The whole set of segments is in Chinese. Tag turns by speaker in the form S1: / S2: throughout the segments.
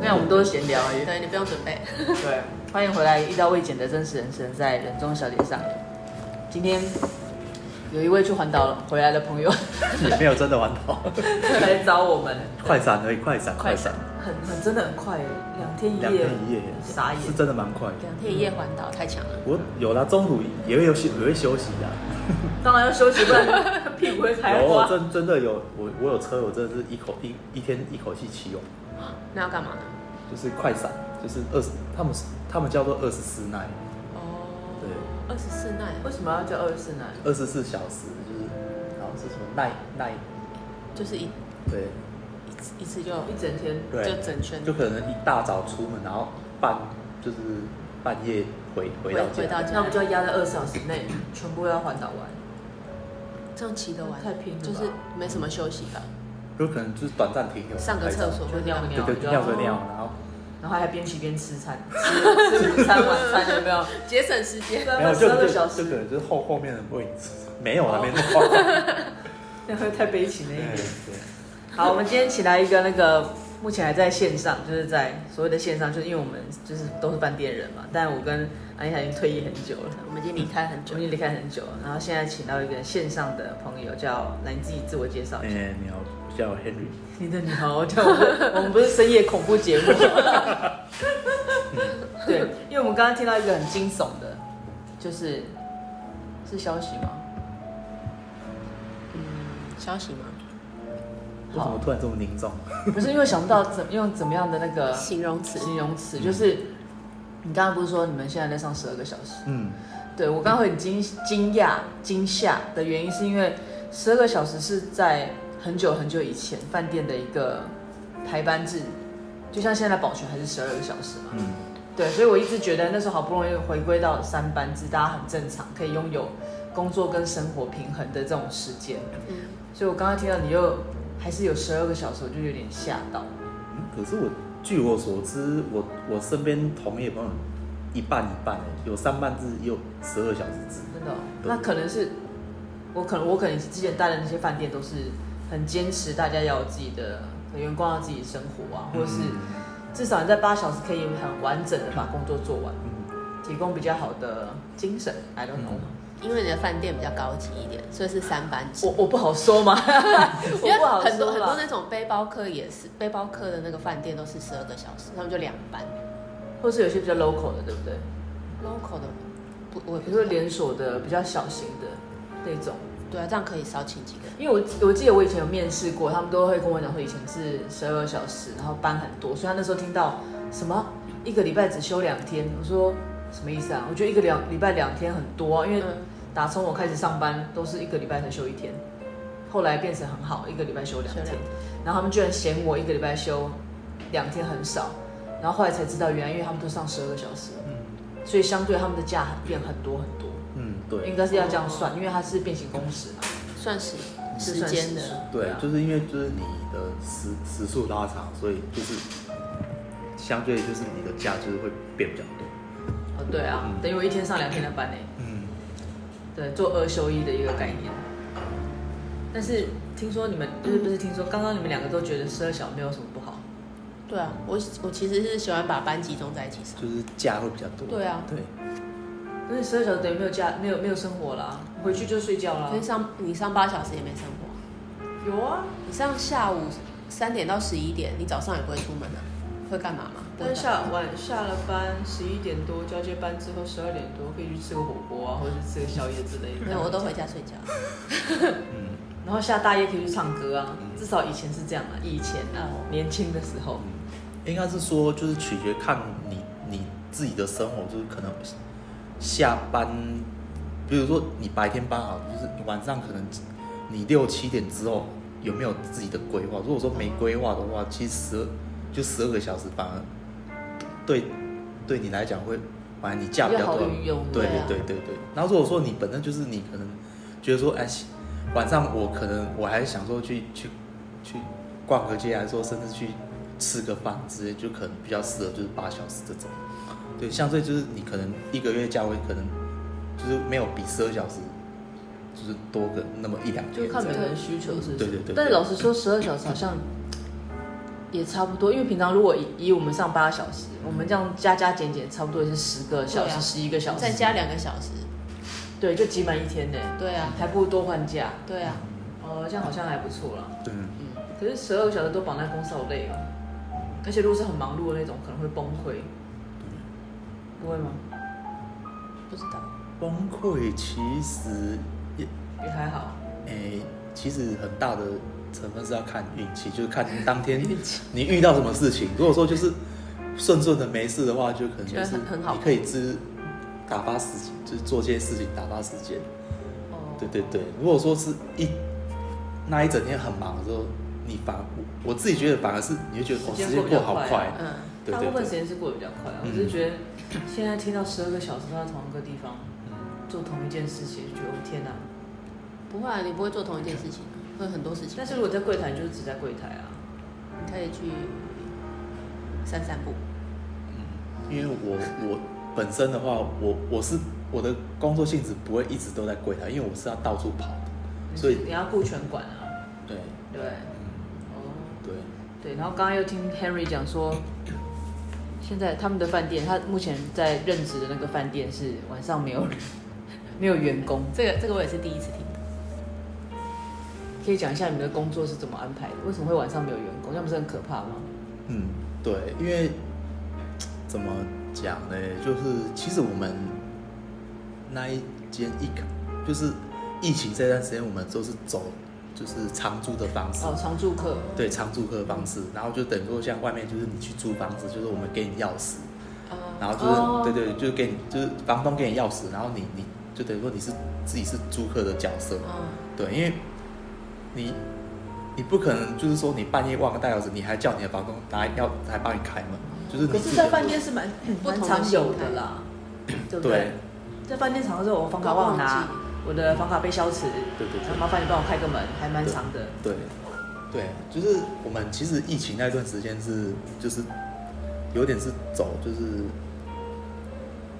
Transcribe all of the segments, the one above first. S1: 没有，我们都是闲聊而已。
S2: 对你不用准备。
S1: 对，欢迎回来，遇到未减的真实人生，在人中小姐上。今天有一位去环岛回来的朋友
S3: 也没有真的玩到，
S1: 来找我们，
S3: 快闪而已，快闪，
S1: 快闪
S3: 闪，，
S1: 很很真的很快耶，两天
S3: 两
S1: 一夜
S3: 天，一夜，
S1: 傻眼
S3: 是真的蛮快的。
S2: 两天一夜环岛太强了，
S3: 我有啦，中午也会有休，也会休息的。
S1: 当然要休息，不然 屁股会开
S3: 有，我
S1: 花。
S3: 真真的有，我我有车，我真的是一口一一天一口气骑哦，
S2: 那要干嘛呢？
S3: 就是快闪，就是二十，他们他们叫做二十四耐，
S2: 哦，
S3: 对，
S2: 二十四耐，啊
S1: 为什么要叫二十四呢？
S3: 二十四小时就是，好是什么耐耐，
S2: 就是一
S3: 对
S2: 一次一次就
S1: 一整天，
S2: 就
S3: 对，
S2: 整圈
S3: 就可能一大早出门，然后半就是半夜回回到
S2: 回到
S3: 家，
S2: 家，
S1: 那我们就要压在二十小时内，全部要环岛完。
S2: 这样骑得完，
S1: 太拼了吧
S2: 就是没什么休息吧，
S3: 有可能就是短暂停留，
S2: 上个厕所
S1: 就尿个尿
S3: 对对，尿个尿，然后
S1: 然后还边骑边吃餐，吃吃午餐晚餐有没 有？
S2: 节省时间。
S3: 没有
S1: 十
S3: 就
S1: 二
S3: 就
S1: 个小
S3: 就
S1: 时
S3: 可，能就是后后面的位置没有了，没那么夸张。
S1: 那会太悲情了一
S3: 对
S1: 点。
S3: 对
S1: 好，我们今天请来一个那个目前还在线上，就是在所谓的线上，就是因为我们就是都是饭店人嘛，但我跟安妮塔已经退役很久了，
S2: 我们已经离开很
S1: 我
S2: 久
S1: 们已，经离开很久了，然后现在请到一个线上的朋友叫，来你自己自我介绍一下。
S3: 哎，你好，我叫 Henry，
S1: 你的你好，我叫我们我们不是深夜恐怖节目。 对，因为我们刚刚听到一个很惊悚的，就是是消息吗？
S2: 嗯，消息吗？
S3: 为什么突然这么凝重？
S1: 不是因为想不到怎用怎么样的那个
S2: 形容词，嗯
S1: 形容词，就是你刚刚不是说你们现在在上十二个小时？
S3: 嗯，
S1: 对我刚刚会很惊惊讶、惊吓的原因，是因为十二个小时是在很久很久以前饭店的一个排班制，就像现在保全还是十二个小时嘛。
S3: 嗯，
S1: 对，所以我一直觉得那时候好不容易回归到三班制，大家很正常，可以拥有工作跟生活平衡的这种时间。
S2: 嗯，
S1: 所以我刚刚听到你又还是有十二个小时，我就有点吓到。
S3: 嗯可是我据我所知，我我身边同业朋友一半一半欸有三半制，也有十二小时制。
S1: 真的哦、
S3: 对
S1: 那可能是我可能我可能之前待的那些饭店都是很坚持大家要有自己的员工要自己生活
S2: 嗯
S1: 啊，或者是至少你在八小时可以很完整的把工作做完，
S3: 嗯
S1: 提供比较好的精神。I don't know，、
S2: 因为你的饭店比较高级一点，所以是三班制。
S1: 我我不好说 嘛，
S2: 因为
S1: 我不好
S2: 很多
S1: 说
S2: 很多
S1: 啦，
S2: 那种背包客也是，背包客的那个饭店都是十二个小时，他们就两班。
S1: 或是有些比较 local 的，对不对？
S2: local 的不，我也
S1: 比
S2: 不
S1: 如说
S2: 是
S1: 连锁的比较小型的那种。
S2: 对啊，这样可以少请几个人。
S1: 因为我我记得我以前有面试过，他们都会跟我讲说以前是十二小时，然后班很多，所以他那时候听到什么一个礼拜只休两天，我说什么意思啊？我觉得一个两礼拜两天很多啊，因为
S2: 嗯，
S1: 打从我开始上班都是一个礼拜才休一天，后来变成很好，一个礼拜休两
S2: 休
S1: 天
S2: 两，
S1: 然后他们居然嫌我一个礼拜休两天很少，然后后来才知道原来因为他们都上十二个小时，
S3: 嗯
S1: 所以相对他们的假变很多很多，
S3: 嗯，
S1: 应
S3: 对
S1: 该是要这样算，因为它是变形工时嘛，
S2: 算时
S1: 是
S2: 时
S1: 算
S2: 间
S1: 时
S2: 的，
S1: 数
S3: 对
S1: 啊，
S3: 就是因为就是你的时时速拉长，所以就是相对就是你的价就是会变比较多。
S1: 哦，对啊，
S3: 嗯
S1: 等于我一天上两天的班呢，
S3: 嗯，
S1: 对，做二休一的一个概念。但是听说你们不是不是听说，刚刚你们两个都觉得十二小没有什么不好，
S2: 对啊，我我其实是喜欢把班集中在一起上。
S3: 就是价会比较多。
S2: 对啊
S3: 对，
S1: 但是十二小等于没有家没有没有生活啦，
S2: 嗯
S1: 回去就睡觉啦
S2: 可。是上你上八小时也没生活，
S1: 有啊，
S2: 你上下午三点到十一点，你早上也不会出门啊，会干嘛吗？不
S1: 但
S2: 会干
S1: 是下晚下了班十一点多交接班之后十二点多可以去吃个火锅啊，或者是吃个宵夜之类的。
S2: 没有，我都回家睡觉。
S3: 嗯
S1: 然后下大夜可以去唱歌啊，至少以前是这样啊，以前啊
S2: 嗯哦
S1: 年轻的时候
S3: 嗯，应该是说就是取决看你你自己的生活，就是可能下班，比如说你白天班好，就是你晚上可能你六七点之后有没有自己的规划？如果说没规划的话，其实十二就十二个小时反而对对你来讲会，反正你假比较
S1: 比
S3: 多
S1: 较好运用。
S3: 对
S2: 对啊
S3: 对对对对。然后如果说你本身就是你可能觉得说，哎，晚上我可能我还想说去去去逛个街，还是说甚至去吃个饭之类，就可能比较适合就是八小时这种。对，相对就是你可能一个月价位可能就是没有比十二小时就是多个那么一两
S1: 就
S3: 天
S1: 看
S3: 这
S1: 每
S3: 样
S1: 个人需求是不是。
S3: 对对对对
S1: 但是老实说，十二小时好像也差不多，因为平常如果以以我们上八小时，我们这样加加减减，差不多也是十个小
S2: 对
S1: 时、
S2: 啊
S1: 十一、个小时，
S2: 再加两个小时，
S1: 对，就挤满一天呢，
S2: 对啊，
S1: 还不如多换假。
S2: 对啊，
S1: 哦、这样好像还不错啦。
S3: 对，
S1: 可是十二个小时都绑在公司好累哦，而且如果是很忙碌的那种，可能会崩溃。不会吗？
S2: 不知道，
S3: 崩溃其实也
S1: 也还好。
S3: 诶、其实很大的成分是要看运气，就是看当天
S1: 运气
S3: 你遇到什么事情。如果说就是顺顺的没事的话，就可能
S2: 觉
S3: 就
S2: 得
S3: 是
S2: 很很好
S3: 你可以自打发时间，就是做些事情打发时间。
S1: 哦，
S3: 对对对，如果说是一那一整天很忙的时候，你反而我我自己觉得反而是你会觉得哦，
S1: 时
S3: 时
S1: 间
S3: 间
S1: 过得比
S3: 过
S1: 较
S3: 得好
S1: 快
S3: 快，
S2: 嗯，
S3: 对
S1: 大
S3: 对
S1: 部分
S3: 对
S1: 时。间是过得比较快啊。我
S3: 嗯
S1: 只是觉得现在听到十二个小时都在同一个地方
S3: 嗯
S1: 做同一件事情，就觉得我天哪！
S2: 不会啊，你不会做同一件事情，会很多事情，
S1: 但是如果在柜台，你就是只在柜台啊。
S2: 你可以去散散步，
S3: 因为我我本身的话，我我是我的工作性质不会一直都在柜台，因为我是要到处跑的，所以
S1: 你要顾全馆啊，
S3: 对，
S1: 对不对。
S3: 嗯，
S1: 哦，
S3: 对，
S1: 对，然后刚刚又听 Henry 讲说，现在他们的饭店，他目前在任职的那个饭店是晚上没有人 没有员工，
S2: 这个这个我也是第一次听的，
S1: 可以讲一下你们的工作是怎么安排的？为什么会晚上没有员工？那不是很可怕吗？
S3: 嗯，对，因为怎么讲呢？就是其实我们那一间一开就是疫情这段时间，我们都是走就是长租的方式，
S1: 哦，常住客，
S3: 对，长租客的方式，然后就等于说像外面就是你去租房子，就是我们给你钥匙，然后就是、
S1: 哦
S3: 对对，就是给你就是房东给你钥匙，然后你你就等于说你是自己是租客的角色，
S1: 哦
S2: 嗯，
S3: 对，因为你你不可能就是说你半夜忘了带钥匙，你还叫你的房东拿钥来帮你开门，就是
S1: 可
S3: 你自
S1: 是，
S3: 己
S1: 在
S3: 的
S1: 饭店是蛮
S2: 不
S1: 蛮
S2: 同的
S1: 常有的
S2: 心态
S1: 啦，对不
S3: 对
S1: 对？在饭店常的时候，我房卡
S2: 都
S1: 忘
S2: 忘
S1: 拿
S2: 记，
S1: 我的房卡被消磁，
S3: 对对对
S1: 麻烦你帮我开个门，还蛮长的。
S3: 对对，就是我们其实疫情那段时间是就是有点是走就是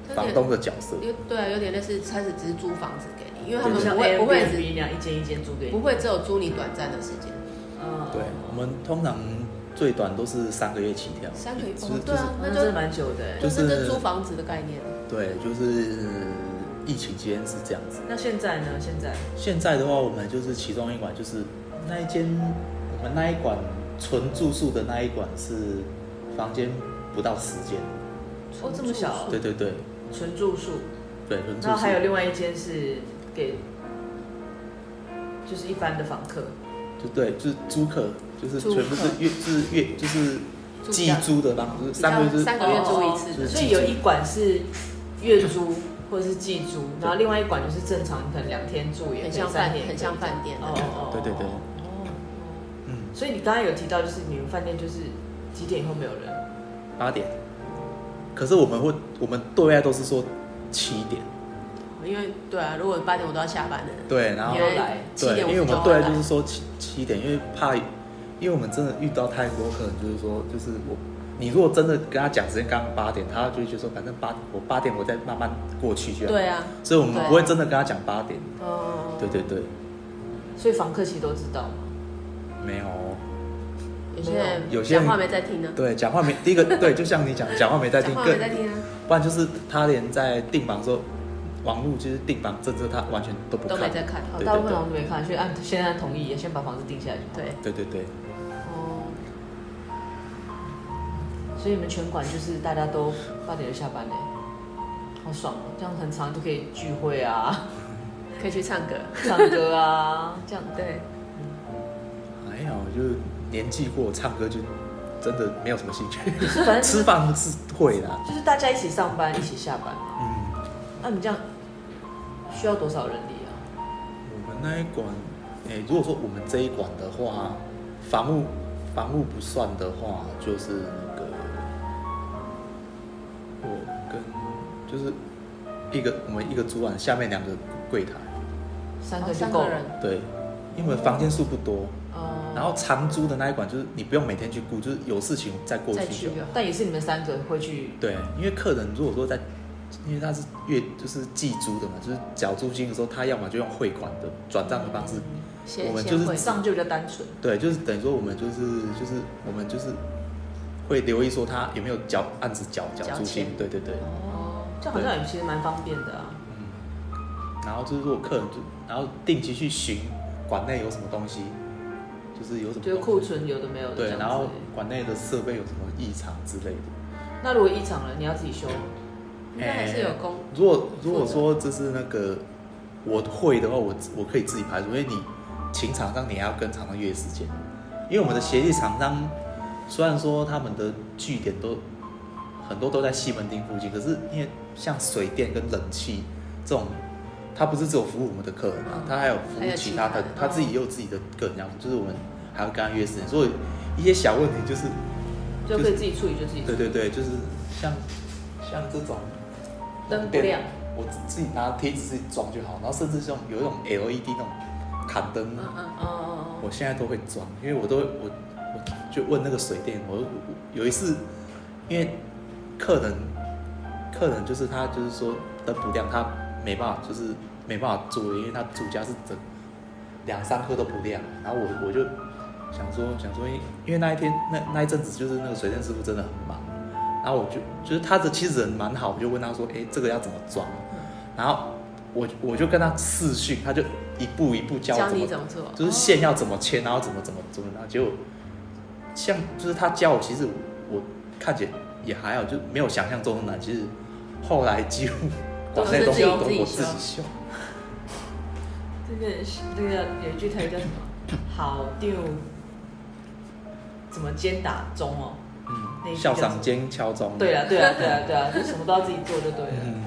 S2: 有
S3: 房
S2: 点
S3: 东的角色，
S2: 有对啊，有点类似开始只是租房子给你，因为他们
S1: 就像
S2: 不会不会
S1: Airbnb 那样一间一间租给你，
S2: 只不会只有租你短暂的时间，
S1: 嗯
S3: 对，我们通常最短都是三个月起跳，
S2: 三个月
S3: 就是
S2: 哦，对啊，
S1: 那
S2: 那
S1: 真的
S2: 就
S1: 蛮久的欸。
S3: 就是
S2: 那就是租房子的概念，
S3: 对，就是疫情期间是这样子。
S1: 那现在呢？现在
S3: 现在的话，我们就是其中一馆，就是那一间，我们那一馆纯住宿的那一馆是房间不到十间，
S1: 哦这么小，
S3: 对对对
S1: 纯住宿，
S3: 对，纯住
S1: 然后
S3: 宿。
S1: 还有另外一间是给就是一般的房客，
S3: 就对，就是租客，就是
S2: 租
S3: 全
S2: 客
S3: 部是月，就是月，就是
S2: 租
S3: 季
S2: 下
S3: 租的吧，就是三个月就是
S2: 三个月租一
S3: 哦就
S2: 次
S3: 是
S2: 的，
S1: 所以有一馆是月租 或者是季租，然后另外一馆就是正常，你可能两天住也可以
S2: 很像
S1: 三
S2: 饭
S1: 天也可以
S2: 很像饭店的
S1: 哦哦，哦
S3: 对对对，
S2: 哦，
S3: 嗯，
S1: 所以你刚刚有提到，就是你们饭店就是几点以后没有人？
S3: 八点。可是我们会，我们对外都是说七点，
S2: 因为对啊，如果八点我都要下班了，
S3: 对，然后
S1: 你要来
S2: 七
S3: 对，
S2: 点
S3: 因
S2: 五
S3: 为
S2: 十
S3: 我们
S2: 就
S3: 对
S2: 要
S3: 啊，
S2: 来
S3: 就是说七七点，因为怕，因为我们真的遇到太多客人，就是说，就是我，你如果真的跟他讲时间刚刚八点，他就会觉得说，反正八我八点我再慢慢过去就好。
S2: 对，啊，
S3: 所以我们
S2: 对啊
S3: 不会真的跟他讲八点。
S2: 哦，
S3: 对对对，
S1: 所以房客其实都知道嘛。
S3: 没有哦。
S2: 有些人
S3: 有些人
S2: 讲话没在听呢，
S3: 对，讲 话没第一个对，就像你讲，讲话没在
S2: 讲
S3: 听，
S2: 话
S3: 更
S2: 没在听啊，
S3: 不然就是他连在订房的时候，网络就是订房政策他完全都不
S2: 都
S3: 看。
S2: 没在看，
S1: 哦
S3: 对
S1: 大部分房子没看，所以按先按同意，先把房子定下来就好。
S2: 对，
S3: 对对对，
S2: 哦，
S1: 所以你们全馆就是大家都八点就下班嘞，好爽哦！这样很长就可以聚会 啊，
S2: 可以去唱歌，
S1: 唱歌啊，这样
S2: 对，
S3: 还好就是年纪过，唱歌就真的没有什么兴趣。
S1: 就是反正就
S3: 吃
S1: 是
S3: 饭是会啦，
S1: 就是大家一起上班，一起下班。
S3: 嗯，
S1: 那你这样需要多少人力啊？
S3: 我们那一馆，诶、如果说我们这一馆的话，房务房务不算的话，就是那个我跟就是一个我们一个主管下面两个柜台，
S1: 三个
S2: 哦
S1: 就
S2: 三
S1: 够
S2: 个
S1: 了
S2: 人。，
S3: 对，因为房间数不多，
S1: 哦
S3: 然后长租的那一馆就是你不用每天去顾，就是有事情再过
S2: 再
S3: 去
S2: 去
S3: 就好。
S2: 就好。
S1: 但也是你们三个会去
S3: 对，因为客人如果说在，因为他是月就是季租的嘛，就是缴租金的时候，他要么就用汇款的转账的方式，
S2: 先
S3: 我们
S2: 先
S3: 就是
S2: 会
S1: 上就比较单纯。
S3: 对，就是等于说我们就是就是我们就是会留意说他有没有缴按时缴缴
S2: 缴
S3: 租金
S2: 钱，
S3: 对对对。
S1: 哦，这样好像也其实蛮方便的啊。
S3: 然后就是如果客人就然后定期去巡馆内有什么东西，就是有什么
S1: 就是
S3: 东
S1: 库
S3: 西
S1: 存有的没有的这
S3: 对，
S1: 样
S3: 然后
S1: 子。
S3: 馆内的设备有什么异常之类的。
S1: 那如果异常了，你要自己修吗，
S2: 应该
S3: 哎
S2: 还是有工，
S3: 如果如果说这是那个我会的话，我我可以自己排除，因为你请厂商你还要跟厂商约时间，因为我们的协力厂商虽然说他们的据点都很多都在西门町附近，可是因为像水电跟冷气这种，他不是只有服务我们的客人啊，他还有服
S2: 还
S3: 务
S2: 有
S3: 其
S2: 其
S3: 他
S2: 他
S3: 的
S2: 的，
S3: 他自己也有自己的个人要求，就是我们还要跟他约时间，所以一些小问题就是
S1: 就可以自己处理就自己处
S3: 对
S1: 理。
S3: 对对，就是像像这种
S1: 灯不亮，
S3: 我自己拿贴纸自己装就好，然后甚至像有一种 LED 那种砍灯，
S2: 嗯嗯，
S1: 嗯嗯嗯，
S3: 我现在都会装，因为我都会我我就问那个水电，我我有一次因为客人客人就是他就是说灯不亮，他没办法就是没办法做，因为他主家是整两三颗都不亮，然后我我就想说想说，因为因为那一天那那一阵子就是那个水电师傅真的很忙，然后我就就是他的其实人蛮好，我就问他说，哎、这个要怎么装？然后我我就跟他试训，他就一步一步教我
S2: 教
S3: 怎么
S2: 你怎么做，
S3: 就是线要怎么牵，然后怎么怎么怎么，然后结果像就是他教我，其实我我看起来也还好，就没有想象中的难。其实后来几乎
S2: 都
S3: 把
S2: 是
S3: 那些东西都
S2: 自己
S3: 我
S2: 自己
S3: 自
S2: 修
S3: 己修。
S1: 嗯这个是这个有一句台语叫什么？好丢，怎么兼打钟哦？那一
S3: 嗯，
S1: 句
S3: 校
S1: 叫什么
S3: 长兼敲钟。
S1: 对啊对啊对啊对 啊，就什么都要自己做就对了。
S3: 嗯，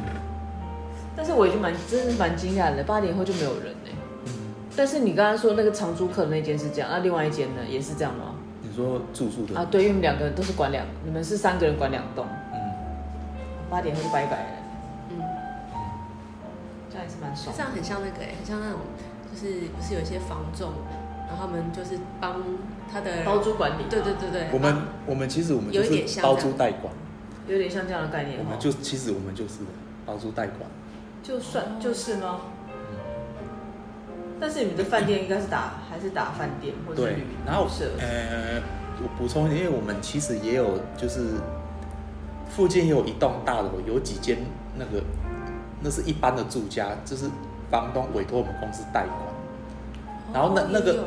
S1: 但是我已经蛮真的是蛮惊讶的，八点后就没有人呢、
S3: 嗯
S1: 但是你刚刚说那个长租客那间是这样，那啊另外一间呢也是这样吗？
S3: 你说住宿的，
S1: 啊，对，因为你们两个人都是管两，你们是三个人管两栋，
S3: 嗯，
S1: 八点后就拜拜了，
S2: 嗯，
S1: 这样也是蛮爽
S2: 这
S1: 的。
S2: 样很像那个、欸，很像那种，就是不是有一些房仲，然后他们就是帮他的
S1: 包，租管理，
S2: 对对，对哦对，
S3: 我们我们其实我们就
S2: 有一
S3: 是
S2: 点像
S3: 包
S2: 这
S3: 租
S2: 样
S3: 代管，
S1: 有点像这样的概念
S3: 我
S1: 哦。
S3: 们就其实我们就是包租代管。
S1: 就
S2: 哦
S1: 算就是吗？但是你们的饭店应该是打还是打饭店或者是
S3: 嗯对
S1: 旅，
S3: 然后
S1: 旅社？
S3: 呃，我补充一点，因为我们其实也有就是附近也有一栋大楼，有几间那个那是一般的住家，就是房东委托我们公司代管，然后那
S2: 哦
S3: 那个
S2: 也有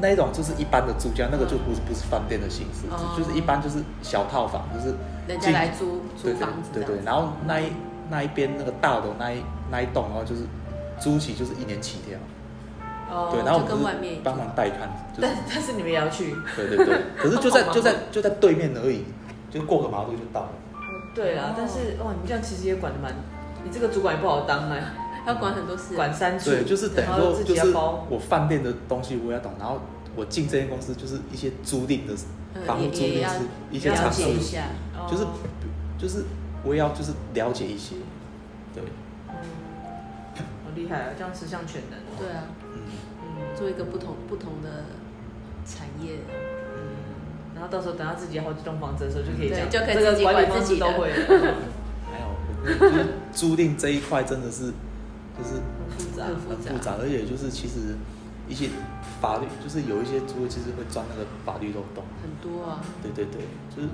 S3: 那一种就是一般的住家，那个就不是不是饭店的形式，
S2: 哦
S3: 就是一般就是小套房，就是
S2: 人家
S3: 进
S2: 来租
S3: 对
S2: 租
S3: 对
S2: 房子这
S3: 对
S2: 样，
S3: 对，然后那一那一边那个大楼那一那一栋，然后就是租期就是一年起跳，
S1: 哦
S3: 对，然后
S2: 就
S3: 我
S2: 跟外
S3: 们就
S2: 面一
S3: 是
S2: 样
S3: 帮忙代看，就是
S1: 但但是你们也要去。
S3: 对对 对，可是就
S1: 好
S3: 在
S1: 忙
S3: 就在就在对面而已，就是过个马路就到了。
S1: 对
S2: 哦
S3: 哦
S1: 啦，但是哇，你们这样其实也管得蛮，你这个主管也不好当哎，
S2: 要管很多事，
S1: 管三处，
S3: 对，就是等于
S1: 然后
S3: 说
S1: 自
S3: 就
S1: 己要
S3: 是
S1: 包。
S3: 我饭店的东西我也要懂，然后我进这间公司就是一些租赁的
S2: 嗯
S3: 房屋
S2: 也
S3: 租
S2: 也
S3: 赁
S2: 要
S3: 是一些
S2: 了
S3: 常
S2: 解
S3: 识
S2: 一，下，
S1: 哦
S3: 就是就是我也要就是了解一些，对，
S1: 嗯好厉害啊，这样十项全能。
S2: 对啊，
S3: 嗯，
S1: 嗯，
S2: 做一个不同不同的产业，
S1: 然后到时候等他自己有好几栋房子的时候，就可以
S2: 对
S1: 讲，
S2: 就可以
S1: 这个
S2: 自己
S1: 管理
S2: 管
S1: 方
S2: 自
S1: 式
S2: 己
S1: 都
S2: 的
S1: 会嗯了，
S3: 还有我觉得就是租赁这一块真的是就是
S1: 很复 杂。
S2: 很
S3: 很
S2: 复
S3: 复
S2: 杂，
S3: 杂，而且就是其实一些法律就是有一些租其实会钻那个法律漏洞。
S2: 很多啊，
S3: 对对对，就是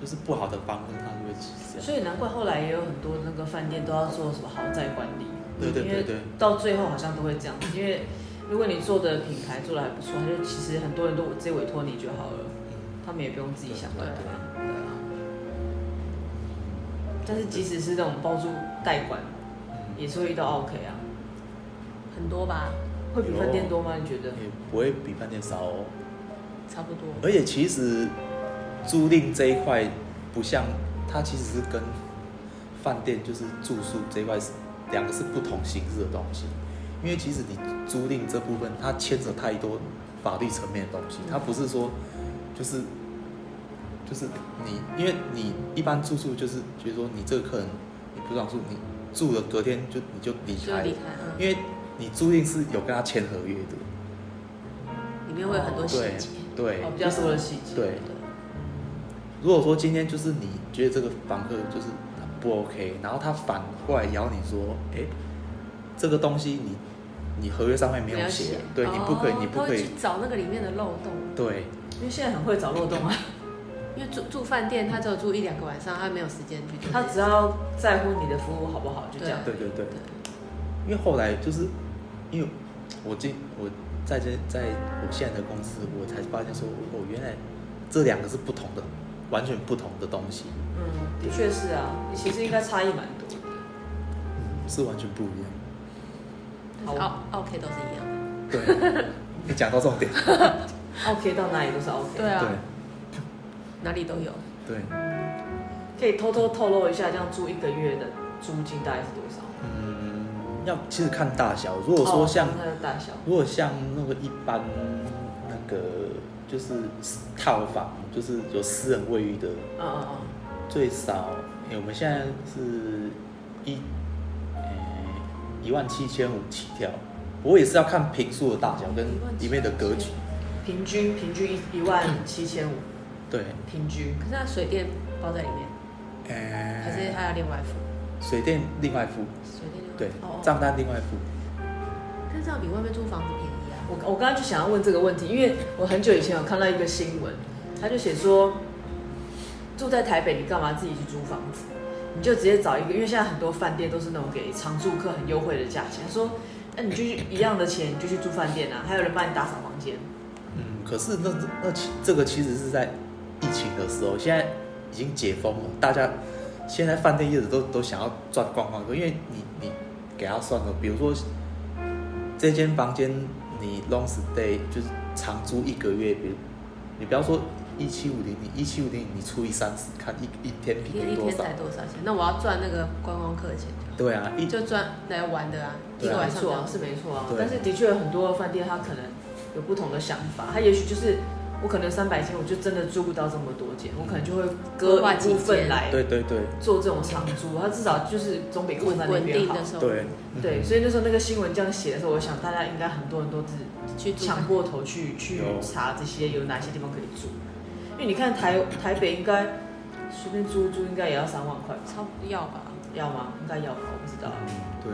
S3: 就是不好的方式，他就会这样。
S1: 所以难怪后来也有很多那个饭店都要做什么豪宅管理，
S3: 对对对
S1: 因
S3: 对
S1: 为到最后好像都会这样，因为如果你做的品牌做的还不错，他就其实很多人都直接委托你就好了，他们也不用自己想办法。对啊。但是即使是那种包租代管，也是会遇到 OK 啊，
S2: 很多吧，
S1: 会比饭店多吗？你觉得？
S3: 也不会比饭店少哦。
S2: 差不多，
S3: 而且其实租赁这一块不像它其实是跟饭店就是住宿这一块是两个是不同形式的东西，因为其实你租赁这部分它牵扯太多法律层面的东西，它不是说就是就是你因为你一般住宿就是比如说你这个客人你不想住，你住了隔天就你就离
S2: 就
S3: 开了
S2: 离，开嗯了，
S3: 因为你租赁是有跟他签合约的，
S2: 里面会有很多细
S3: 对
S2: 节，
S3: 对
S1: 哦，，比较多的细节。
S3: 对如果说今天就是你觉得这个房客就是他不 OK，然后他反过来咬你说，哎、这个东西你你合约上面没有写，对，你不可以，
S2: 哦
S3: 你不可
S2: 他会
S3: 以
S2: 去，找那个里面的漏洞，
S3: 对，
S1: 因为现在很会找漏洞啊。
S2: 因为租饭店，他只有住一两个晚上，他没有时间去做
S1: 他
S2: 这
S1: 只
S2: 件事。
S1: 要在乎你的服务好不好，就这样。
S3: 对对对，
S2: 对
S3: 因为后来就是因为我进我在这在我现在的公司，我才发现说，哦，原来这两个是不同的，完全不同的东西，
S1: 嗯，的确是啊，其实应该差异蛮多啊的。
S3: 嗯，是完全不一样。
S2: 但是奥奥 K 哦都是一样的。
S3: 对，你讲到重点，
S1: OK 到哪里都是 OK。
S2: 对
S3: 对
S2: 啊，哪里都有。
S3: 对，
S1: 可以偷偷透露一下，这样住一个月的租金大概是多少？
S3: 嗯，要其实看大小，如果说像
S1: 哦它的大小，
S3: 如果像那个一般那个就是套房，就是有私人卫浴的，
S1: 嗯嗯嗯，
S3: 最少，诶我们现在是一，呃，一万七千五起跳。我也是要看平数的大小跟里面的格局。
S1: 嗯平均平均一一万七千五，
S3: 对，
S1: 平均
S2: 可是它水电包在里面，还
S3: 呃，
S2: 是他要另外付？
S3: 水电另外付，
S2: 水电另外付
S3: 对
S1: 哦哦，
S3: 账单另外付。
S2: 但是这样比外面租房子便宜啊。
S1: 我我刚刚就想要问这个问题，因为我很久以前有看到一个新闻，他就写说，住在台北你干嘛自己去租房子？你就直接找一个，因为现在很多饭店都是那种给常住客很优惠的价钱。他说，那你就去一样的钱，你就去住饭店啊，还有人帮你打扫房间。
S3: 嗯，可是那那其这个其实是在疫情的时候，现在已经解封了，大家现在饭店业者都都想要赚观光啊客，因为你你给他算了，比如说这间房间你 long stay 就是长租一个月，比如你不要说一七五零，你一七五零你除以三十，看一一天平
S2: 一天
S3: 均
S2: 一
S3: 多
S2: 天
S3: 少？
S2: 才多少钱？那我要赚那个观光客的钱就
S3: 对啊，一
S2: 好，就赚来玩的啊，一
S3: 对啊
S2: 个
S1: 没
S2: 晚上这
S1: 错啊
S2: 样，
S1: 是没错啊。
S3: 对
S1: 但是的确有很多饭店，他可能有不同的想法，他也许就是我可能三百间，我就真的住不到这么多间，我可能就会割
S2: 规划
S1: 一
S2: 几
S1: 部分
S2: 间
S1: 来
S3: 对对对
S1: 做这种长租，他至少就是总比困在那
S2: 稳
S1: 边
S2: 定
S1: 好
S2: 的。时候
S3: 啊对
S1: 对，所以那时候那个新闻这样写的时候，我想大家应该很多人都是
S2: 去租
S1: 抢过头去去
S3: 有
S1: 查这些有哪些地方可以住，因为你看台台北应该随便租租应该也要三万块吧？
S2: 超要吧？
S1: 要吗？应该要吧？我不知道。
S3: 嗯对，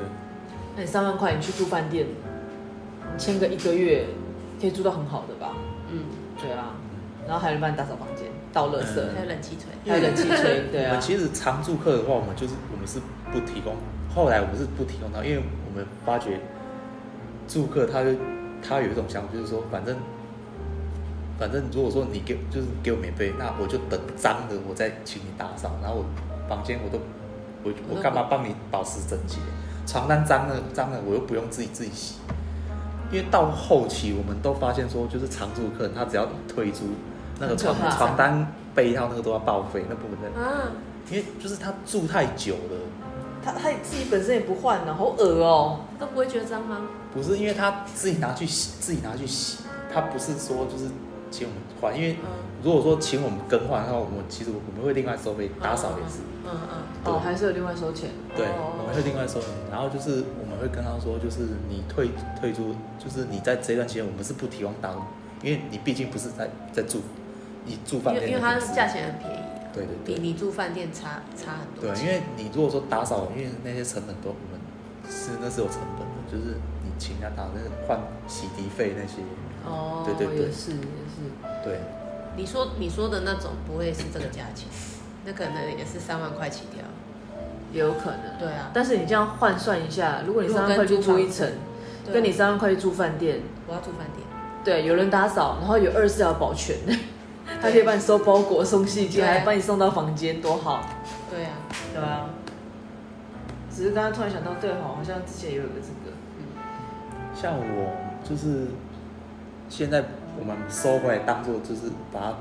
S1: 那你三万块你去住饭店，你签个一个月可以住到很好的吧？
S2: 嗯，
S1: 对啊，然后还有人帮你打扫房间、倒垃
S3: 嗯
S1: 圾，
S2: 还有冷气吹，
S1: 还有冷气吹， 对
S3: 我
S1: 啊
S3: 们。其实常住客的话，我们就是我们是不提供，后来我们是不提供到，因为我们发觉住客他就他有一种想法，就是说反正反正如果说你给就是给我免费，那我就等脏的我再请你打扫，然后我房间我都我
S2: 我都
S3: 我干嘛帮你保持整洁？床单脏了脏了，我又不用自己自己洗。因为到后期我们都发现说，就是常住客人他只要退租，那
S1: 很
S3: 个
S1: 可
S3: 床
S1: 怕
S3: 床单被套那个都要报废，那不能再
S2: 啊，
S3: 因为就是他住太久了，
S1: 他他自己本身也不换呢，好恶哦、
S2: 都不会觉得脏吗？
S3: 不是因为他自己拿去洗，自己拿去洗，他不是说就是请我们换，因为
S2: 嗯，
S3: 如果说请我们更换的话，我们其实我们会另外收费，打扫也是，
S2: 嗯，嗯
S3: 对
S1: 哦，还是有另外收钱。
S3: 对，
S1: 哦
S3: 我们会另外收费。然后就是我们会跟他说，就是你退退租，就是你在这段期间我们是不提供打工，因为你毕竟不是在在住，你住
S2: 嗯，
S3: 饭
S2: 因为
S3: 店的
S2: 因为它
S3: 公司
S2: 价钱很便宜啊，
S3: 对对对
S2: 比你住饭店差差很多
S3: 对，因
S2: 钱。
S3: 为你如果说打扫，因为那些成本都我们是那是有成本的，就是你请人家打扫，那是换洗涤费那些，
S1: 哦，
S3: 对对对
S1: 也是也是，
S3: 对，
S2: 你说你说的那种不会是这个价钱，那可能也是三万块起跳。
S1: 也有可能。
S2: 对啊，
S1: 但是你这样换算一下，如果你
S2: 如果
S1: 三万块
S2: 跟
S1: 去
S2: 租
S1: 住
S2: 房
S1: 一
S2: 子
S1: 层，
S2: 对啊
S1: 跟你三万块去住饭店，
S2: 我要住饭店，
S1: 对，有人打扫，然后有二十四小时保全， 他可以帮你收包裹、送信件，
S2: 对
S1: 还帮你送到房间，多好，
S2: 对啊，
S1: 对啊。只是刚刚突然想到，对吼，好像之前也有个这个，
S3: 像我就是现在我们收回来当做就是把它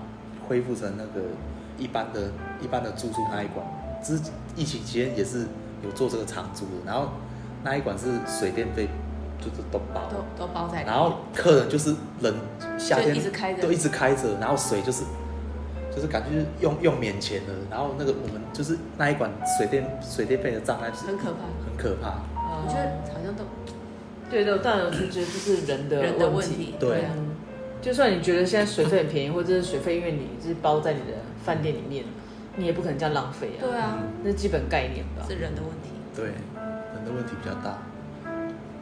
S3: 恢复成那个一般的、一般的住宿那一馆。之疫情期间也是有做这个长租的，然后那一馆是水电费就是都包了，
S2: 都都包在里面。
S3: 然后客人就是冷夏天
S2: 就一直开着
S3: 都一直开着，然后水就是就是感觉就是用用免钱的，然后那个我们就是那一管水电水电费的账单是
S2: 很可怕。
S3: 很可怕，
S1: 我
S2: 我觉得好像都
S1: 对呃对，当然我是觉得这是人的
S2: 人的
S1: 问
S2: 问
S1: 题。
S2: 题，
S3: 对
S2: 啊，
S1: 嗯，就算你觉得现在水费很便宜，或者是水费因为你是包在你的饭店里面，你也不可能这样浪费啊。
S2: 对啊，
S3: 嗯
S1: 那是基本概念吧。
S2: 是人的问题。
S3: 对，人的问题比较大。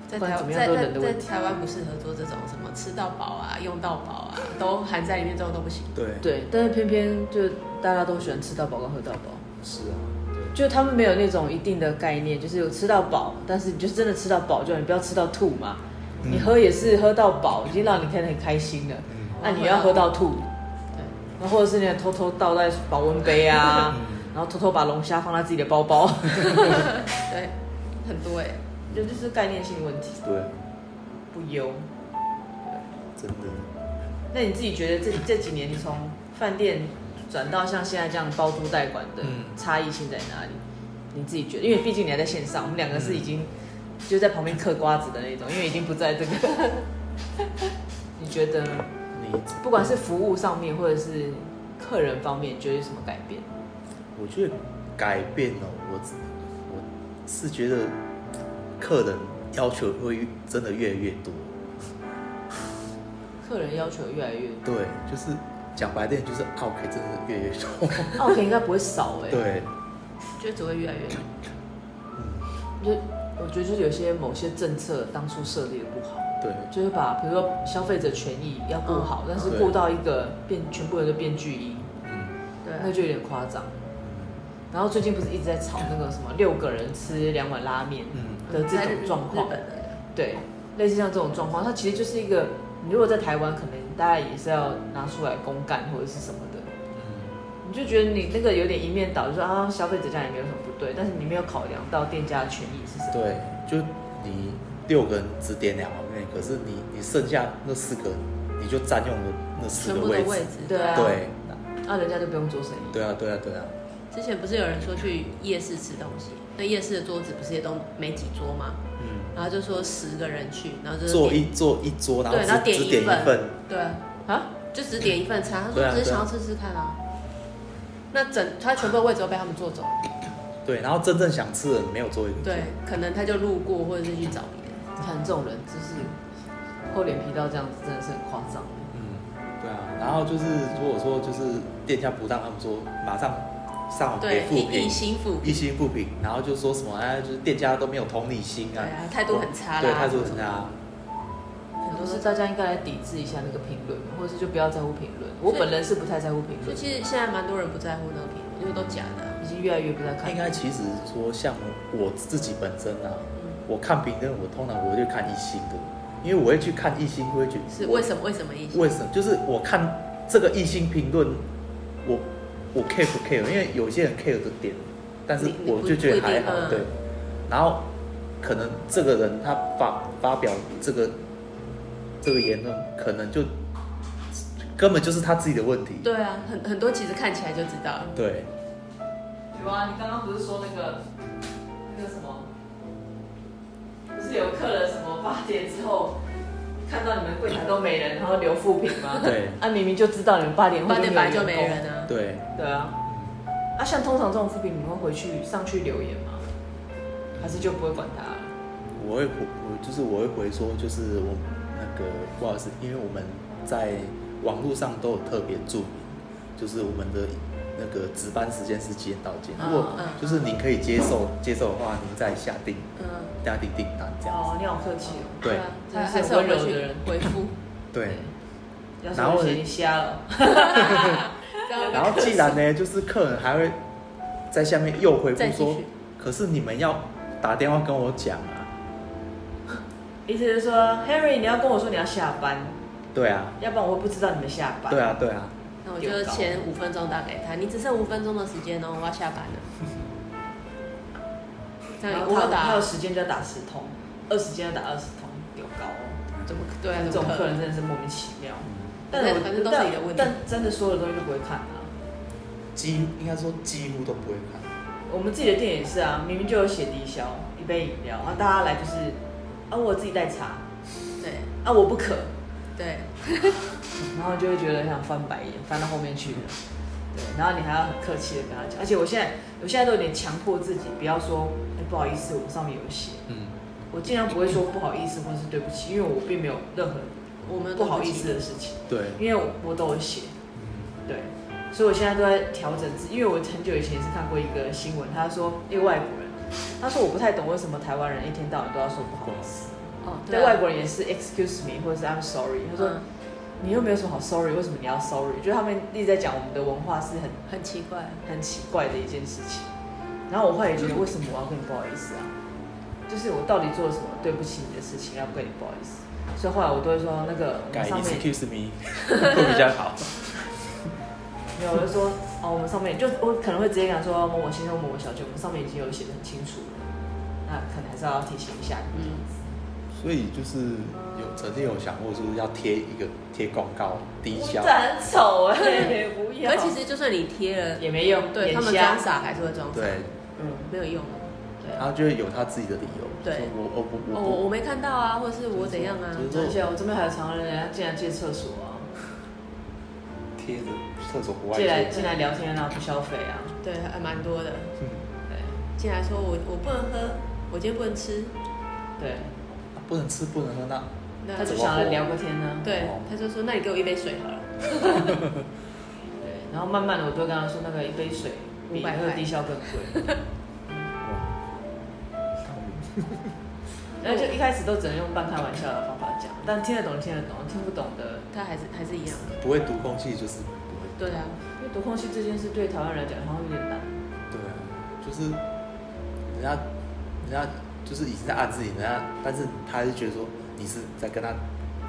S2: 在
S1: 不
S2: 台
S1: 然怎么
S2: 湾
S1: 样
S2: 在
S1: 都是人
S2: 在
S1: 的
S2: 在
S1: 问题。
S2: 台湾不适合做这种什么吃到饱啊、用到饱啊，都含在里面，这种都不行。
S3: 对，
S1: 对，但是偏偏就大家都喜欢吃到饱跟喝到饱，
S3: 是啊，
S1: 就他们没有那种一定的概念，就是有吃到饱，但是你就真的吃到饱就好，你不要吃到吐嘛。
S3: 嗯
S1: 你喝也是喝到饱，已经让你看得很开心了，
S3: 嗯
S1: 那、你要喝到吐，
S2: 对，
S1: 然后或者是你偷偷倒在保温杯啊，
S3: 嗯，
S1: 然后偷偷把龙虾放在自己的包包，
S2: 对，很多哎、
S1: 这就是概念性问题，
S3: 对，
S1: 不优。
S3: 真的，
S1: 那你自己觉得这这几年你从饭店转到像现在这样包租代管的
S3: 嗯
S1: 差异性在哪里？你自己觉得？因为毕竟你还在线上，我们两个是已
S3: 嗯
S1: 经就在旁边嗑瓜子的那种，因为已经不在这个。 你觉得呢，
S3: 你
S1: 不管是服务上面或者是客人方面，你觉得有什么改变？
S3: 我觉得改变哦，我我是觉得客人要求会真的越来越多。
S1: 客人要求越来 越
S3: 对，就是讲白点，就是啊 OK，真的是越来越多。
S1: 多，奥田哦应该不会少哎、
S3: 对，嗯
S2: 就只会越来越难。
S1: 就我觉得就是有些某些政策当初设立的不好。
S3: 对，
S1: 就是把比如说消费者权益要顾好，
S2: 嗯
S1: 但是顾到一个变全部人都变巨婴，
S3: 嗯，
S1: 那
S2: 对，啊
S1: 就有点夸张。然后最近不是一直在吵那个什么六个人吃两碗拉面
S3: 嗯
S1: 的这
S2: 在
S1: 种
S2: 日
S1: 状况
S2: 日，本的
S1: 对，类似像这种状况，它其实就是一个，你如果在台湾，可能大家也是要拿出来公干或者是什么的，
S3: 嗯，
S1: 你就觉得你那个有点一面倒，就说啊消费者这样也没有什么不对，但是你没有考量到店家的权益是什么，
S3: 对，就你六个人只点两碗面，可是你你剩下那四个，你就占用了那四
S2: 全
S3: 个
S2: 部的
S3: 位置。
S2: 位置，
S1: 对啊
S3: 对，
S1: 那人家就不用做生意。
S3: 对啊，对啊，对啊，
S2: 之前不是有人说去夜市吃东西，那夜市的桌子不是也都没几桌吗？
S3: 嗯，
S2: 然后就说十个人去，然后就是
S3: 坐
S2: 点
S3: 一坐一桌，然后
S2: 对然后
S3: 只只
S2: 点
S3: 点
S2: 一
S3: 一
S2: 份
S3: 份，
S2: 对啊，
S1: 啊，
S2: 就只点一份餐，他
S3: 对
S2: 说
S3: 啊
S2: 只是想要试试看啊。那整他全部的位置都被他们坐走，
S3: 对，然后真正想吃的没有坐一个桌
S2: 对，可能他就路过或者是去找别人，
S1: 你看这种人就是厚脸皮到这样子，真的是很夸张。
S3: 嗯，对啊，然后就是如果说就是店家不让他们做，马上上网给
S2: 对，
S3: 负
S2: 一一
S3: 评，
S2: 心腹，
S3: 一星负评，然后就说什么哎，就是店家都没有同理心
S2: 对
S3: 啊，
S2: 啊，态度很差啦，
S3: 对，态度很差，
S1: 很多是大家应该来抵制一下那个评论，或者是就不要在乎评论。我本人是不太在乎评
S2: 所
S1: 论，
S2: 以其实现在蛮多人不在乎那个评论，因为都假的啊、
S1: 已经越来越不太看
S3: 应。该其实说像我自己本身啊，
S2: 嗯，
S3: 我看评论，我通常我会去看一星的，因为我会去看一星，会去
S2: 是为什么？为什么一心？
S3: 为什么？就是我看这个一星评论，我我 care 不 care？因为有些人 care 的点，但是
S2: 你你不
S3: 我就觉得还好
S2: 不一定嗯，
S3: 对。然后可能这个人他发发表这个这个言论，可能就根本就是他自己的问题，
S2: 对啊，很很多其实看起来就知道了，
S3: 对，
S1: 有啊，你刚刚不是说那个那个什么，不是有客人什么八点之后看到你们柜台都没人，然后留负评吗？
S3: 对
S1: 啊，明明就知道你们八点
S2: 八点
S1: 本
S2: 本来就没。人啊。
S3: 对，
S1: 对啊，啊，像通常这种负评，你们会回去上去留言吗？还是就不会管他了？
S3: 我会回，我就是我会回说，就是我那个不好意思，因为我们在网络上都有特别注明，就是我们的那个值班时间是几点到几点。
S2: 嗯
S3: 如果
S2: 嗯
S3: 就是你可以接受接受的话，您再下订
S2: 嗯，
S3: 下订订单这样子。
S1: 哦，你好客气哦。
S3: 对
S2: 啊，
S1: 真的
S2: 他
S1: 是
S2: 还是有
S1: 很温
S2: 回
S1: 柔的
S2: 去
S1: 人
S2: 回 复。
S3: 对，，
S1: 要是
S3: 然后
S1: 我嫌你瞎了，
S3: 然后既然呢，就是客人还会在下面又回复
S2: 再继
S3: 说
S2: 续，
S3: 可是你们要打电话跟我讲啊。
S1: 意思是说，Harry，你要跟我说你要下班，
S3: 对啊，
S1: 要不然我会不知道你们下班。
S3: 对，啊，对啊，
S2: 那我就前五分钟打给他，你只剩五分钟的时间哦，我要下班 了。
S3: 啊
S2: 这
S1: 然
S2: 样
S1: 后
S2: 我
S1: 他
S2: 有
S1: 有他
S2: 打
S1: 有十间就要打十通，二十间要打二十通，有高哦。
S2: 怎么对啊？
S1: 这
S2: 怎
S1: 种
S2: 么可
S1: 客人
S2: 能？
S1: 真的是莫名其妙。但
S3: 嗯
S2: 对
S1: 我
S2: 反正都是
S1: 但
S2: 你的问题
S1: 但真的所有的东西都不会看啊。
S3: 几应该说几乎都不会看。
S1: 我们自己的店也是啊，明明就有写低消一杯饮料，然后大家来就是啊我自己带茶
S2: 对
S1: 啊我不渴，
S2: 对，
S1: 然后就会觉得想翻白眼，翻到后面去了。对，然后你还要很客气的跟他讲，而且我现在我现在都有点强迫自己，不要说、哎不好意思，我们上面有写，
S3: 嗯，
S1: 我尽量不会说不好意思或是对不起，因为我并没有任何
S2: 我们
S1: 不好意思的事情，
S3: 对，
S1: 因为我我都有写，
S3: 嗯
S1: 对，所以我现在都在调整自己，因为我很久以前也是看过一个哎新闻，他说一个外国人，他说我不太懂为什么台湾人一天到晚都要说不好意思，
S2: 哦哦，
S1: 对
S2: 啊
S1: 外国人也是 excuse me 或者是 I'm sorry，他说、
S2: 嗯
S1: 你又没有什么好 sorry，为什么你要 sorry？就是他们一直在讲我们的文化是很
S2: 很奇怪，
S1: 很奇怪的一件事情。然后我后来也觉得，为什么我要跟你不好意思啊？就是我到底做了什么对不起你的事情，要跟你不好意思？所以后来我都会说那个我
S3: 改
S1: 们上面
S3: excuse me 会比较好。
S1: 没有，我就说哦，我们上面就我可能会直接跟他说某某先生、某某小姐，我们上面已经有写的很清楚了，那可能还是要提醒一下你。
S2: 嗯，
S3: 所以就是有曾经有想过，就是要贴一个贴广告低
S1: 我
S3: 消
S1: 真，的很丑哎、
S2: 对
S1: 不要
S2: 可其实就算你贴了，
S1: 也没用，
S2: 对
S1: 眼
S2: 他们
S1: 瞎
S2: 装傻还是会装傻，
S3: 对，
S1: 嗯，
S2: 没有用。
S1: 对
S3: 他就会有他自己的理由。
S2: 对
S3: 说我我
S2: 哦，
S3: 我
S2: 我
S3: 我
S2: 我没看到啊，或是我怎样啊？
S3: 就是
S1: 而且我这边还有常人，人家进来借厕所啊，
S3: 不贴着厕所不外
S1: 进来
S3: 借，
S1: 进来聊天啊，不消费啊，
S2: 对，还蛮多的。
S3: 嗯
S1: 对
S2: 进来说我我不能喝，我今天不能吃，
S1: 对，
S3: 不能吃不能喝，那
S2: 那
S1: 他就想来聊个天呢、
S2: 对
S3: 哦，
S2: 他就说那你给我一杯水好了。
S1: 对，然后慢慢的我就会跟他说，那个一杯水比
S2: 500
S1: 喝低消更贵，
S3: 哇，
S1: 然后就一开始都只能用半开玩笑的方法讲，但听得懂听得懂，听不懂的。
S2: 他还是还是一样的。
S3: 不会读空气就是不会。
S2: 对啊，
S1: 因为读空气这件事对台湾人来讲好像有点难，
S3: 对啊，就是人家人家就是已经在暗示你，人家但是他还是觉得说你是在跟他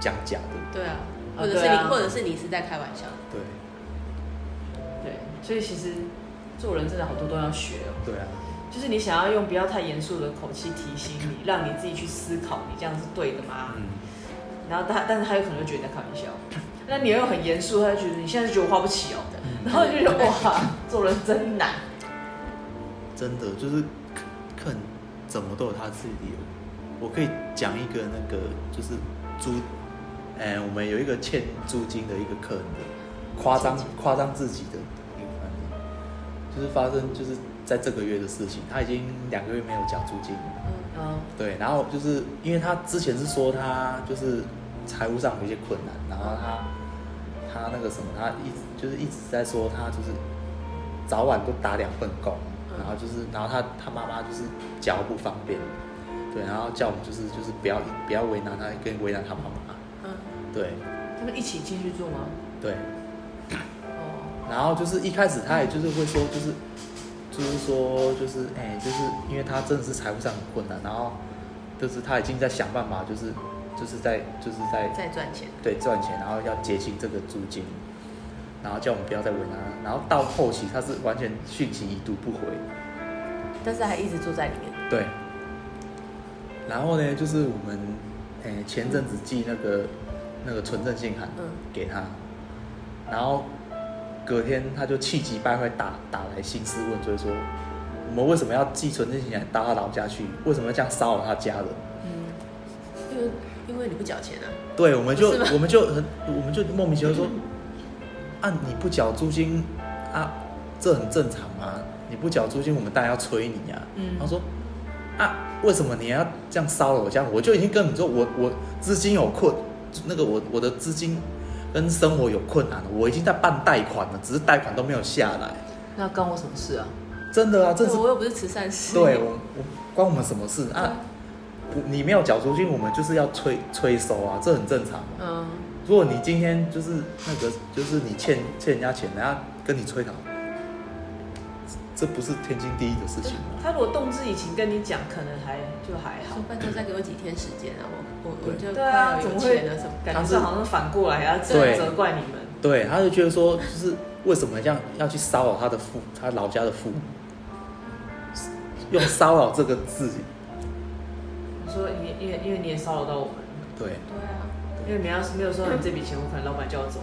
S3: 讲假的，
S2: 对啊，
S1: 啊
S2: 或者是
S1: 对
S2: 你，
S1: 啊
S2: 或者是你是在开玩笑。
S3: 对
S1: 对，所以其实做人真的好多都要学哦。
S3: 对啊，
S1: 就是你想要用不要太严肃的口气提醒你，让你自己去思考，你这样是对的吗？
S3: 嗯，
S1: 然后他，但是他有可能会觉得你在开玩笑， 那你又很严肃，他就觉得你现在是觉得我花不起哦，然后就觉得哇，做人真难。
S3: 真的就是肯怎么都有他自己理由。我可以讲一个那个就是租，哎、我们有一个欠租金的一个客人的夸张
S2: 欠
S3: 夸张自己的一个反应，就是发生就是在这个月的事情，他已经两个月没有缴租金了。
S2: 嗯，
S1: 嗯，
S3: 对，然后就是因为他之前是说他就是财务上有一些困难，然后他他那个什么，他一直就是一直在说他就是早晚都打两份工，
S2: 嗯
S3: 然后就是然后他他妈妈就是脚不方便，对，然后叫我们就是就是不要不要为难他，跟为难他妈妈，
S2: 嗯，
S3: 对
S1: 他们一起进去做吗？
S3: 对，
S1: 哦，
S3: 然后就是一开始他也就是会说，就是就是说就是哎、就是因为他真的是财务上很困难，然后就是他已经在想办法、就是，就是在就是在
S2: 在赚钱。
S3: 对赚钱，然后要结清这个租金，然后叫我们不要再为难他，然后到后期他是完全讯息已读不回，
S2: 但是还一直住在里面。
S3: 对。然后呢，就是我们哎、前阵子寄那个那个存证信函
S2: 嗯
S3: 给他，然后隔天他就气急败坏打打来兴师问罪说，我们为什么要寄存证信函到他老家去？为什么要这样骚扰他家人？
S2: 嗯，因为因为你不缴钱啊。
S3: 对，我们就是
S2: 吗
S3: 我们就很我们就莫名其妙说，啊你不缴租金啊，这很正常啊，你不缴租金我们当然要催你啊。
S1: 嗯
S3: 他说啊为什么你要这样骚扰我这样？我就已经跟你说我我资金有困，那个我我的资金跟生活有困难了，我已经在办贷款了，只是贷款都没有下来。
S1: 那关我什么事啊？
S3: 真的啊，这是
S2: 我又不是慈善师。
S3: 对我我关我们什么事啊？我你没有缴租金，我们就是要催催收啊，这很正常嘛。
S2: 嗯，
S3: 如果你今天就是那个，就是你欠欠人家钱，人家跟你催讨，这这不是天经地义的事情吗？
S1: 他如果动之以情跟你讲，可能还就还好
S2: 说。拜托再给我几天时间啊，我我我
S3: 对
S2: 就
S1: 对
S2: 快
S1: 啊
S2: 要
S1: 怎
S2: 有
S1: 么会
S2: 钱了什么。
S1: 感觉是好像反过来还要责
S3: 对
S1: 责怪你们。
S3: 对，他就觉得说，就是为什么这样要去骚扰他的父，他老家的父母，用骚扰这个字，
S1: 你说你因为因为你也骚扰到我们，
S3: 对，
S2: 对啊，
S1: 因为你要是没有收到你这笔钱，我可能老板叫我走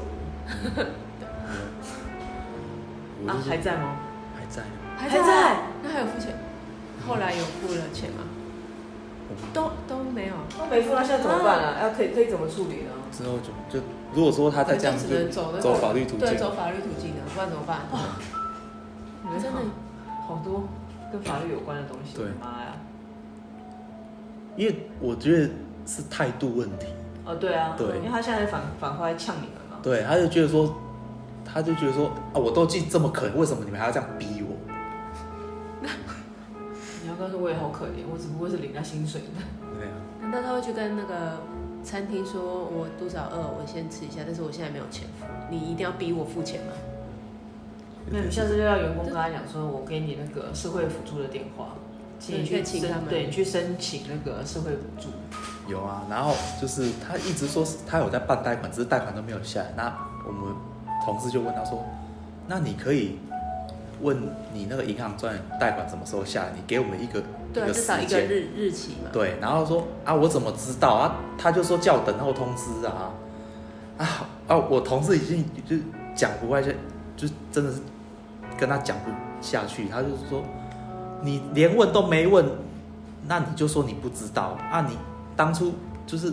S1: 了。
S3: 我就
S1: 啊，
S3: 是
S1: 还在吗？
S3: 还在，
S2: 还
S1: 还在
S2: 在。啊那还有付钱？后来有付了钱吗？
S3: 我
S2: 都都没有。
S1: 都没付，那现在怎么办啊？要可以可以怎么处理呢？
S3: 之后就就如果说他再这样
S2: 就
S3: 子
S2: 只能走那个
S3: 走法律途
S2: 对，
S3: 径，
S2: 走法律途径啊，不然怎么办？
S1: 你们
S2: 真的
S1: 好好多跟法律有关的东西，
S3: 对
S1: 妈呀！
S3: 因为我觉得是态度问题。
S1: 哦，对啊，
S3: 对
S1: 因为他现在反反过来呛你们嘛，
S3: 对，他就觉得说，他就觉得说啊，我都进这么可怜，为什么你们还要这样逼我？
S1: 你要跟他说我也好可怜，我只不过是领他薪水的，
S3: 对啊，
S2: 那那他会去跟那个餐厅说，我多少饿，我先吃一下，但是我现在没有钱付，你一定要逼我付钱吗？
S1: 那你下次就要员工跟他讲说，我给你那个社会辅助的电话，请你去
S2: 对去请
S1: 申
S2: 他们
S1: 对，你去申请那个社会补助。
S3: 有啊，然后就是他一直说是他有在办贷款，只是贷款都没有下来。那我们同事就问他说：“那你可以问你那个银行赚贷款什么时候下来？你给我们一个
S2: 对啊，
S3: 个
S2: 至少
S3: 时
S2: 一个
S3: 间。
S2: 日日期嘛。
S3: 对，然后说啊，我怎么知道啊？他就说叫我等候通知啊，啊啊！我同事已经就讲不外下，就真的是跟他讲不下去，他就说你连问都没问，那你就说你不知道啊！你当初就是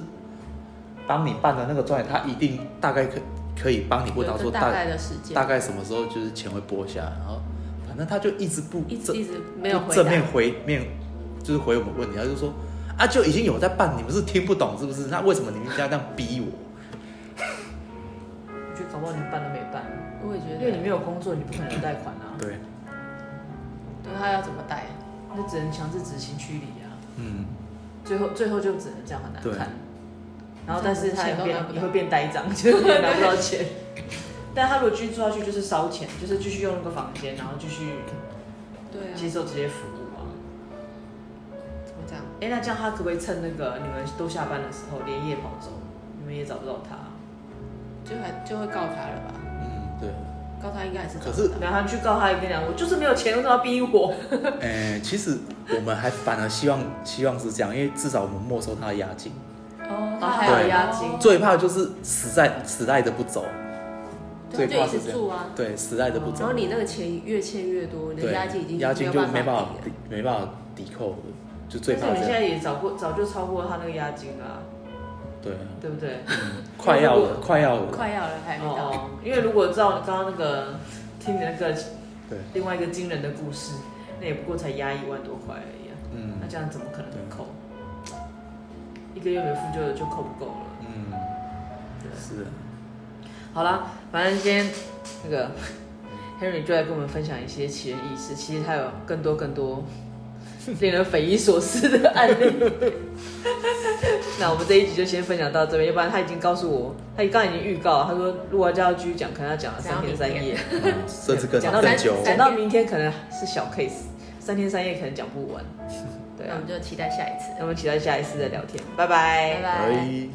S3: 帮你办的那个专业，他一定大概可可以帮你啊问到
S2: 有
S3: 说
S2: 个大
S3: 大
S2: 概的时间，
S3: 大概什么时候就是钱会拨下来，然后反正他就一直不
S2: 一直
S3: 这
S2: 一直没有
S3: 不
S2: 回
S3: 正面
S2: 答。
S3: 回面，就是回我们问题，他就说啊，就已经有在办，你们是听不懂是不是？那为什么你们一定要这样逼我？
S1: 我觉得搞不好你办都没办，
S2: 我也觉
S1: 因为你
S2: 得，
S1: 没有工作，你不可能有贷款啊，
S3: 对，
S2: 对他要怎么带？啊
S1: 那只能强制执行驱离啊。
S3: 嗯，
S1: 最后最后就只能这样，很难
S3: 对
S1: 看。然后，但是他也
S2: 钱都拿
S1: 变
S2: 不到
S1: 也会变呆 账，就是也拿不到钱。但他如果居住下去，就是烧钱，就是继续用那个房间，然后继续
S2: 对啊，
S1: 接受这些服务啊。
S2: 怎么这样？
S1: 哎、那这样他可不可以趁那个你们都下班的时候连夜跑走，你们也找不到他，
S2: 就还就会告他了吧？
S3: 嗯，对。
S2: 告他应该还是找
S3: 可是
S2: 不到
S1: 然后他去告他，也跟你讲，我就是没有钱，为什么要逼我？
S3: 哎、其实我们还反而希望希望是这样，因为至少我们没收他的押金。
S2: 哦，
S1: 然后
S2: 他
S1: 还
S2: 还
S1: 有
S2: 有
S1: 押
S2: 押
S1: 金
S2: 金，
S3: 最怕就是死在死赖着不走，最
S2: 对他
S3: 怕
S2: 就是一直
S3: 这样。
S2: 住啊。
S3: 对，死赖着不
S2: 然
S3: 走
S2: 后，你那个钱越欠越多，你的
S3: 对，
S2: 押金已经
S3: 押金就没
S2: 没
S3: 办法
S2: 办抵
S3: 抵
S2: 了。
S3: 没办法抵扣了，就 最
S1: 但
S3: 怕
S1: 是你
S3: 这
S1: 现
S3: 样。
S1: 在也找过，早就超过他那个押金了啊、
S3: 对，
S1: 对不 对？
S3: 哦快要
S1: 如果
S3: 了，快要了。
S2: 快要了还没到，
S1: 哦，因为如果照刚刚那个听你那个
S3: 对
S1: 另外一个惊人的故事，那也不过才压一万多块而已啊，
S3: 嗯
S1: 那这样怎么可能
S3: 对
S1: 扣？一个月没付就就扣不够了。
S3: 嗯，是啊。
S1: 好啦，反正今天那个 Henry 就来跟我们分享一些奇人异事，其实他有更多更多令人匪夷所思的案例。 那我们这一集就先分享到这边，要不然他已经告诉我，他刚刚已经预告了，他说如果要叫他继续讲，可能要讲了三天三 夜，
S3: 嗯甚至更
S1: 讲到
S3: 更久。
S1: 讲到明天可能是小 case，三天三夜可能讲不完。对
S2: 那我
S1: 啊
S2: 们，就期待下一次。
S1: 那我们期待下一次的聊天，拜
S2: 拜拜。
S3: 而已。